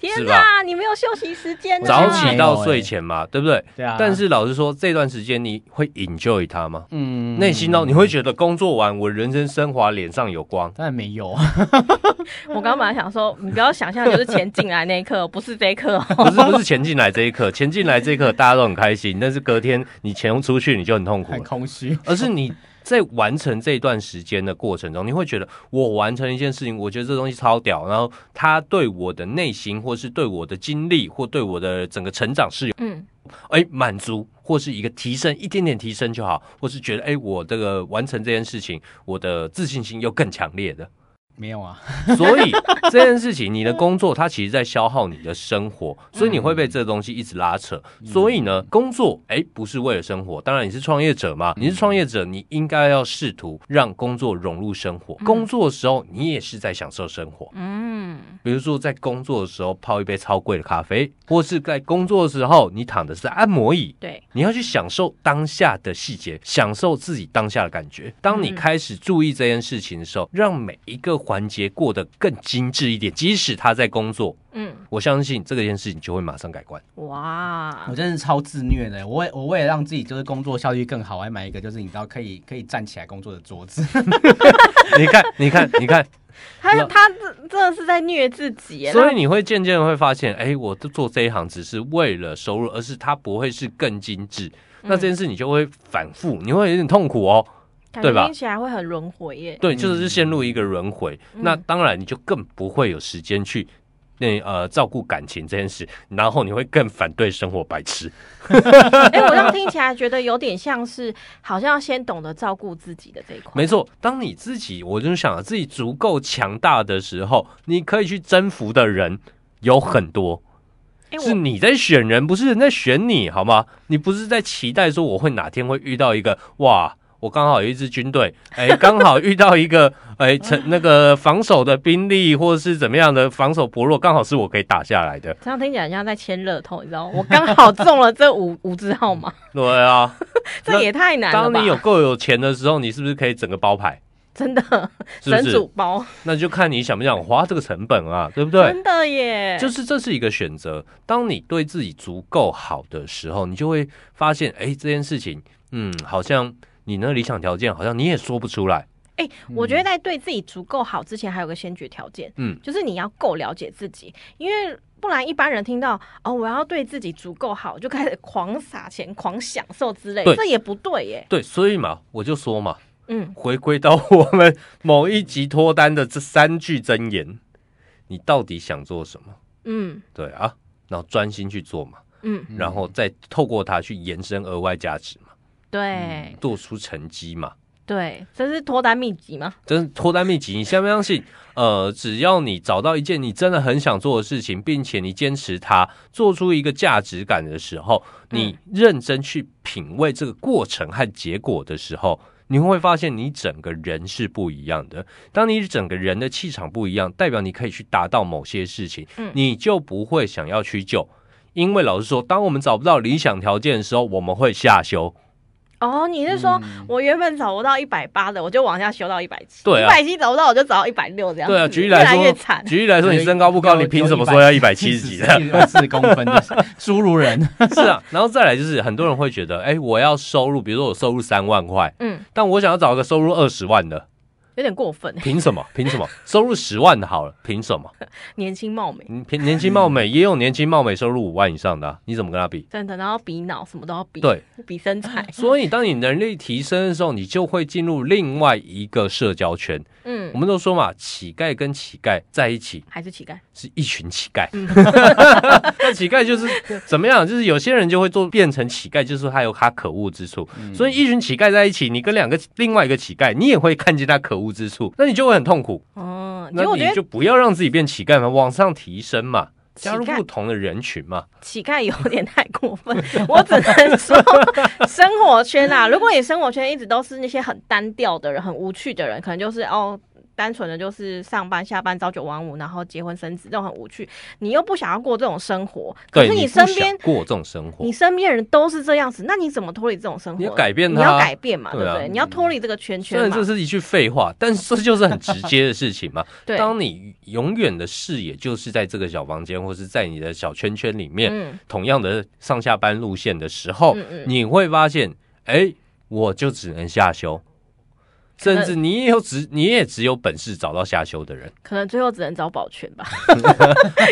A: 天
D: 是
A: 哪，你没有休息时间啊呐！
D: 早起
A: 欸
D: 到睡前嘛，对不对？
E: 对啊
D: 但是老实说，这段时间你会 enjoy 它吗？
E: 嗯
D: 内心哦，你会觉得工作完我人生升华，脸上有
E: (laughs)
D: 光。
E: 当然没有，
A: 我刚刚本来想说，你不要想象就是钱进来那一刻， (laughs) 不是这一刻哦。
D: 不是不是钱进来这一刻，钱进来这一刻大家都很开心，但是隔天你钱出去你就很痛苦
E: 很
D: 了，
E: 空虚。
D: 而是你在完成这段时间的过程中，你会觉得我完成一件事情，我觉得这东西超屌，然后它对我的内心或是对我的经历或对我的整个成长是有
A: (laughs) 嗯，
D: 哎满足或是一个提升，一点点提升就好，或是觉得哎我这个完成这件事情，我的自信心又更强烈的。
E: 没有啊，
D: 所以这件事情，你的工作它其实在消耗你的生活，所以你会被这东西一直拉扯。所以呢，工作哎不是为了生活，当然你是创业者嘛，你是创业者，你应该要试图让工作融入生活。工作的时候，你也是在享受生活。
A: 嗯，
D: 比如说，在工作的时候泡一杯超贵的咖啡，或是在工作的时候你躺的是按摩椅，
A: 对，
D: 你要去享受当下的细节，享受自己当下的感觉。当你
A: 嗯
D: 开始注意这件事情的时候，让每一个环节过得更精致一点。即使他在工作，
A: 嗯，
D: 我相信这个件事情就会马上改观。
A: 哇
E: 我，真的超自虐的。我为我为了让自己就是工作效率更好，我还买一个就是你知道可以可以站起来工作的桌子。
D: 你看，你看，你看，
A: 他
D: 那
A: 他这真的是在虐自己耶。
D: 所以你会渐渐地会发现，哎，我做这一行只是为了收入，而是它不会是更精致。那这件事你就会反复，你会有点痛苦哦。
A: 那感
D: 对吧
A: 觉听起来会很轮回耶。 (laughs)
D: 对，就是陷入一个轮回。
A: 嗯
D: 那当然，你就更不会有时间去那呃照顾感情这件事，然后你会更反对生活白痴。
A: 哎，我让听起来觉得有点像是，好像要先懂得照顾自己的这一块。
D: 没错，当你自己，我就想啊自己足够强大的时候，你可以去征服的人有很多。
A: 哎，
D: 是
A: 我
D: 你在选人，不是人在选你，好吗？你不是在期待说我会哪天会遇到一个哇，我刚好有一支军队，
A: (laughs)
D: 哎，刚好遇到一个哎，成那个防守的兵力或者是怎么样的防守薄弱，刚好是我可以打下来的。
A: 这样听起来很像在签乐透，你知道吗？我刚好中了这五五只号码，
D: 对啊，
A: 这也太难了
D: 当
A: 吧
D: 你有？够有钱的时候，你是不是可以整个包牌？
A: 真的
D: 是不
A: 神主
D: 是？
A: 包，
D: 那就看你想不想花这个成本啊，对不对？
A: 真的耶，
D: 就是这是一个选择。当你对自己足够好的时候，你就会发现，哎，这件事情，嗯，好像你那理想条件，好像你也说不出来。
A: 我觉得在对自己足够好之前，还有个先决条件，
D: 嗯，
A: 就是你要够了解自己，因为不然一般人听到哦，我要对自己足够好，就开始狂撒钱、狂享受之类，
D: 对
A: 这也不对耶。
D: 对，所以嘛，我就说嘛，
A: 嗯，
D: 回归到我们某一集脱单的这三句箴言，你到底想做什么？
A: 嗯
D: 对啊，然后专心去做嘛，
A: 嗯，
D: 然后再透过它去延伸额外价值嘛，
A: 对
D: 做出成绩嘛。
A: 对，这是脱单秘籍吗？
D: 真是脱单秘籍，你相不相信？呃，只要你找到一件你真的很想做的事情，并且你坚持它，做出一个价值感的时候，
A: 嗯
D: 你认真去品味这个过程和结果的时候，你会发现你整个人是不一样的。当你整个人的气场不一样，代表你可以去达到某些事情，
A: 嗯
D: 你就不会想要屈就。因为老实说，当我们找不到理想条件的时候，我们会下修。
A: 哦，你是说、
E: 嗯
A: 我原本找不到一百八的，我就往下修到一百七，
D: 对
A: 一
D: 啊
A: 百七找不到我就找到一百六这样子，
D: 对啊，举例
A: 越来
D: 来
A: 嗯越
D: 说
A: 惨，。
D: 举例来说，你身高不高，你凭什么说要一百七十几呢？
E: 四公分 (laughs) 的侏
D: (laughs)
E: 儒人，
D: 是啊，然后再来就是很多人会觉得，哎、我要收入，比如说我收入三万块，
A: 嗯，
D: 但我想要找一个收入二十万的，
A: 有点过分，欸
D: 凭什么？ (laughs) 凭什么？收入十万的好了，凭什么？
A: 年轻貌美，
D: 你凭年轻貌
A: 嗯
D: 美也有年轻貌美收入五万以上的啊、你怎么跟他比？
A: 真的，然后比脑什么都要比，
D: 对，
A: 比身材，
D: 所以当你能力提升的时候，你就会进入另外一个社交圈。
A: 嗯
D: 我，们都说嘛，乞丐跟乞丐在一起
A: 还是乞丐，
D: 是一群乞丐。
A: 嗯
D: (laughs) 那乞丐就是怎么样？就是有些人就会做变成乞丐，就是说他有他可恶之处。所以一群乞丐在一起，你跟两个另外一个乞丐，你也会看见他可恶之处，那你就会很痛苦。
A: 哦，其
D: 那
A: 实我觉
D: 你
A: 得
D: 就不要让自己变乞丐嘛，往上提升嘛。
A: 乞丐
D: 加入不同的人群嘛，
A: 乞丐有点太过分，我只能说生活圈啊，如果你生活圈一直都是那些很单调的人、很无趣的人，可能就是哦。单纯的就是上班、下班、朝九晚五，然后结婚生子，这种很无趣。你又不想要过这种生活，可
D: 对
A: 是
D: 你
A: 身
D: 不
A: 边
D: 想过这种生活
A: 你，身边人都是这样子，那你怎么脱离这种生活？
D: 你要改变它
A: 你要改变嘛，对
D: 对
A: 不
D: 啊
A: 对？你要脱离这个圈
D: 虽
A: 圈
D: 然
A: 嘛
D: 这。是一句废话，但是这就是很直接的事情嘛。
A: (laughs) 对，
D: 当你永远的视野就是在这个小房间，或是在你的小圈圈里面，
A: 嗯
D: 同样的上下班路线的时候，
A: 嗯嗯
D: 你会发现，哎、我就只能下修，
A: 可能
D: 甚至你也有只你也只有本事找到下修的人，
A: 可能最后只能找保全
D: (laughs)
A: 吧。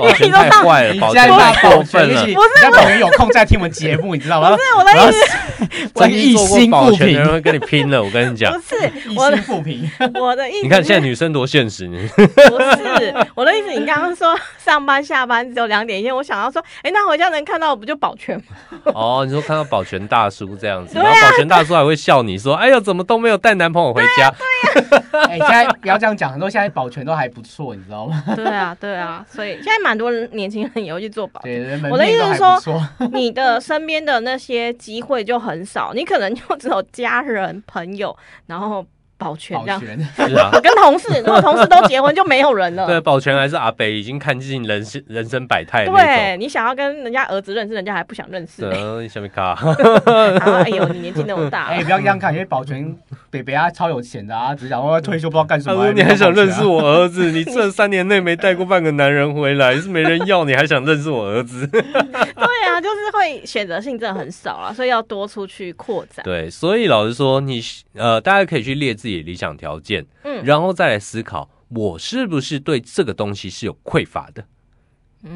D: 保全太坏了，哎
E: 你
D: 保
E: 现在
D: 全
E: 骂
D: 太
E: 宝
D: 过
E: 泉
D: 分
E: 一
D: 了
E: 起，。人家等于有空在听我们节目，你知道吗？
A: 对，我的意思
E: 我
D: 曾
E: 一
D: 经做过
E: 心
D: 保
E: 不
D: 全的人
E: 平，
D: 会跟你拼了，我跟你讲
A: 不。是
E: 一
A: 我
E: 心
A: 的 (laughs)
E: 不平。
A: 我的意思。
D: 你看现在女生多现实， (laughs) 你
A: 不是我的意思，你刚刚说上班下班只有两点一线，我想要说，哎、那回家能看到我不就保全吗？
D: 哦，你说看到保全大叔这样子，
A: 对
D: 然
A: 啊
D: 后保全大叔还会笑你说：“哎呦，怎么都没有带男朋友回家
E: 哎，现在不要这样讲，很多现在保全都还不错，你知道吗？
A: 对啊，对 (laughs) 啊，所以现在蛮多人年轻人也会去做保全。
E: 对，人们
A: 我的意思
E: 面都
A: 是
E: 还
A: 说
E: 不错，
A: (laughs) 你的身边的那些机会就很少，你可能就只有家人、朋友，然后保全
E: 保
A: 这样。
E: 全？”
D: 是啊，
A: 我跟同 (laughs) 事，如果同事都结婚，就没有人 (laughs) 了。
D: 对，保全还是阿北，已经看尽人生人生百态的那种。
A: 对，你想要跟人家儿子认识，人家还不想认识、 (laughs) 欸。
D: 嗯，下面卡，
A: 然后哎呦，你年纪那么大 (laughs) 了
E: 哎，，不要这样看，因为保全北北啊超有钱的啊，只是想说退休不知道干什么。
D: 你还想认识？我儿子？你这三年内没带过半个男人回来， (laughs) 是没人要，你还想认识我儿子？
A: 对啊，就是会选择性真的很少啊，所以要多出去扩展。
D: 对，所以老实说，你呃，大家可以去列自己的理想条件，
A: 嗯
D: 然后再来思考我是不是对这个东西是有匮乏的，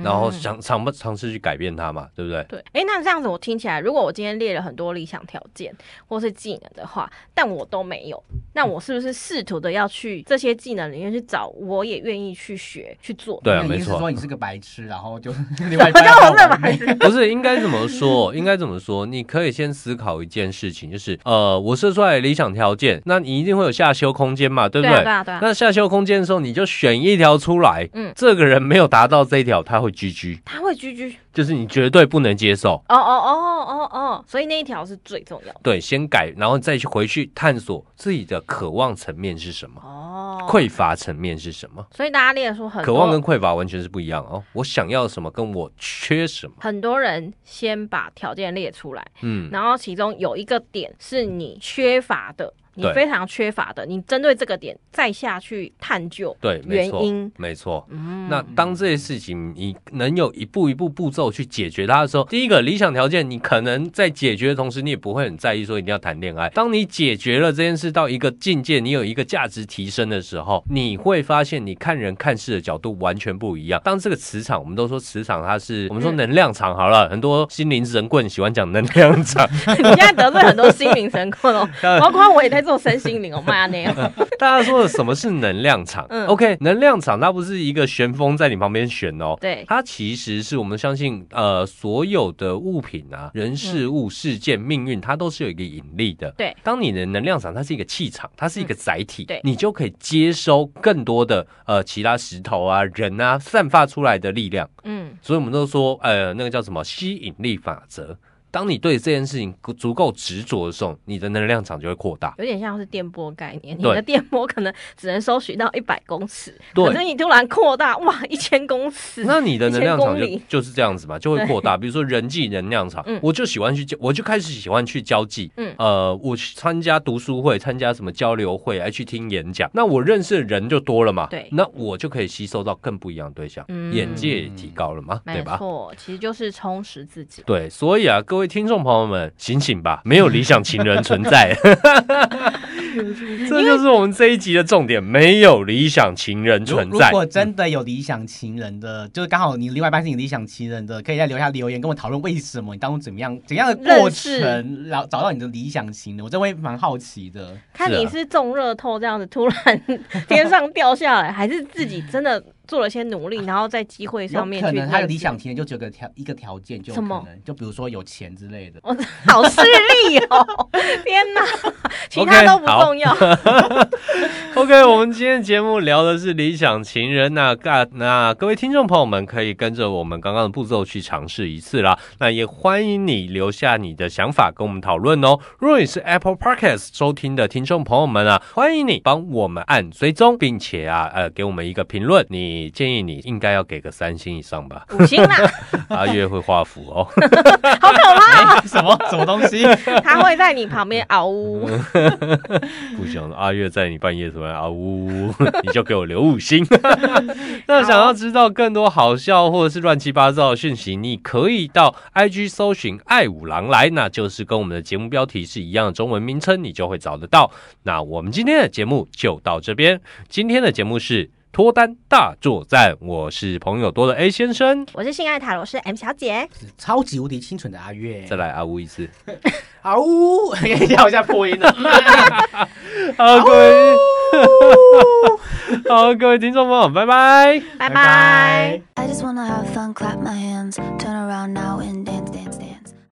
D: 然后
A: 嗯
D: 想尝不尝试去改变它嘛，对不对？
A: 对，哎，那这样子我听起来，如果我今天列了很多理想条件或是技能的话，但我都没有，那我是不是试图的要去这些技能里面去找，我也愿意去学去做？
D: 对啊，
E: 你的
D: 没
E: 意思是
D: 错
E: 说。你是个白痴，然后就 (laughs) 另外一
A: 我
E: 半
A: 叫
E: 要
A: 我认
E: 我
A: 白 (laughs)
E: 妹
A: 痴，
D: 不是应该怎么说？应该怎么说？你可以先思考一件事情，就是呃，我设出来的理想条件，那你一定会有下修空间嘛，对不
A: 对啊对啊对啊
D: 那下修空间的时候，你就选一条出来。
A: 嗯
D: 这个人没有达到这一条，他会居居，
A: 他会居居。
D: 就是你绝对不能接受。
A: 哦哦哦哦哦，所以那一条是最重要的。
D: 对，先改，然后再去回去探索自己的渴望层面是什么，
A: 哦，
D: 匮乏层面是什么。
A: 所以大家列说很
D: 渴望跟
A: 多
D: 匮乏完全是不一样哦。我想要什么，跟我缺什么，
A: 很多人先把条件列出来，
D: 嗯，
A: 然后其中有一个点是你缺乏的，你
D: 对
A: 非常缺乏的，你针对这个点再下去探究
D: 对，没
A: 原
D: 错
A: 因，。
D: 没错。
A: 嗯
D: 那当这些事情你能有一步一步步骤去解决它的时候，第一个理想条件，你可能在解决的同时，你也不会很在意说一定要谈恋爱。当你解决了这件事到一个境界，你有一个价值提升的时候，你会发现你看人看事的角度完全不一样。当这个磁场，我们都说磁场它是我们说
A: 嗯
D: 能量场好了，很多心灵神棍喜欢讲能量场，
A: (laughs) 你现在得罪很多心灵神棍哦，包括我也在做身心灵哦，妈呢，
D: 大家说的什么是能量场、
A: 嗯
D: o k 能量场它不是一个旋风在你旁边旋哦，
A: 对
D: 它其实是我们相信呃所有的物品啊、人、事物、事件、命运，它都是有一个引力的。
A: 对嗯
D: 当你的能量场它是一个气场，它是一个载体，
A: 对
D: 你就可以接收更多的呃其他石头啊、人啊散发出来的力量。
A: 嗯，
D: 所以我们都说，呃，那个叫什么吸引力法则。当你对这件事情足够执着的时候，你的能量场就会扩大。
A: 有点像是电波概念，你
D: 对
A: 的电波可能只能收取到一百公尺，
D: 对
A: 可是你突然扩大，哇， (laughs) 一千公尺，
D: 那你的能量场
A: 1000
D: 就
A: 公里
D: 就是这样子
A: (laughs)
D: 嘛，就会扩大。比如说人际能量场
A: 嗯，
D: 我就喜欢去交，我就开始喜欢去交际。
A: 嗯
D: 呃，我去参加读书会，参加什么交流会，还去听演讲，那我认识的人就多了嘛。
A: 对
D: 那我就可以吸收到更不一样的对象，
A: 嗯
D: 眼界也提高了嘛，对
A: 没
D: 吧？
A: 错，其实就是充实自己。
D: 对，所以啊， (laughs) 各位听众朋友们，醒醒吧，没有理想情人存
A: (laughs)
D: 在，这就是我们这一集的重点，没有理想情人
E: (laughs) 如
D: 存
E: 如
D: 在。
E: 果真的有理想情人的，就是刚好你另外一半是你理想情人的，可以再留下留言跟我讨论为什么你当初怎么样怎样的过
A: 认识
E: 程，然后找到你的理想情人，我真的会蛮好奇的。
A: 看
D: 啊
A: 你是中热透这样子突然天上掉下来，还是自己真的做了些努力，然后在机会
E: 有
A: 上面
E: 可
A: 去
E: 能他的
A: 认识
E: 理想情人就只有个条一个条件，就有
A: 什么
E: 可能就比如说有钱之类的。 (laughs)
A: 我好势利哦！天哪，其他
D: OK，
A: 都不重要。
D: OK，我们今天节目聊的是理想情人、那那那各位听众朋友们可以跟着我们刚刚的步骤去尝试一次啦。那也欢迎你留下你的想法跟我们讨论哦。如果你是 Apple Podcast 收听的听众朋友们啊，欢迎你帮我们按追踪，并且啊呃给我们一个评论。你建议你应该要给个三星以上吧，
A: 五星啦，
D: 阿月会画符哦。
A: 好可怕！
E: 哎什么什么东 (laughs) 西？
A: 他会在你旁边嗷呜。
D: 不 (laughs) 想阿月在你半夜突然啊呜， (laughs) 你就给我留五 (laughs) 星。那想要知道更多好笑或者是乱七八糟的讯息，你可以到 IG 搜寻“爱五郎来”，那就是跟我们的节目标题是一样的中文名称，你就会找得到。那我们今天的节目就到这边，今天的节目是脱单大作战，我是朋友多的 A 先生，
A: 我是性爱塔罗师 M 小姐，
E: 超级无敌清纯的阿月
D: 再，来啊呜一次。
E: 啊呜， (laughs) 要一下破音 (laughs) 了。
D: 好，啊各位，啊 (laughs) 好，各位听众朋友，拜拜。
A: 拜拜。
C: I just wanna have fun, clap my hands, turn around now and dance, dance, dance.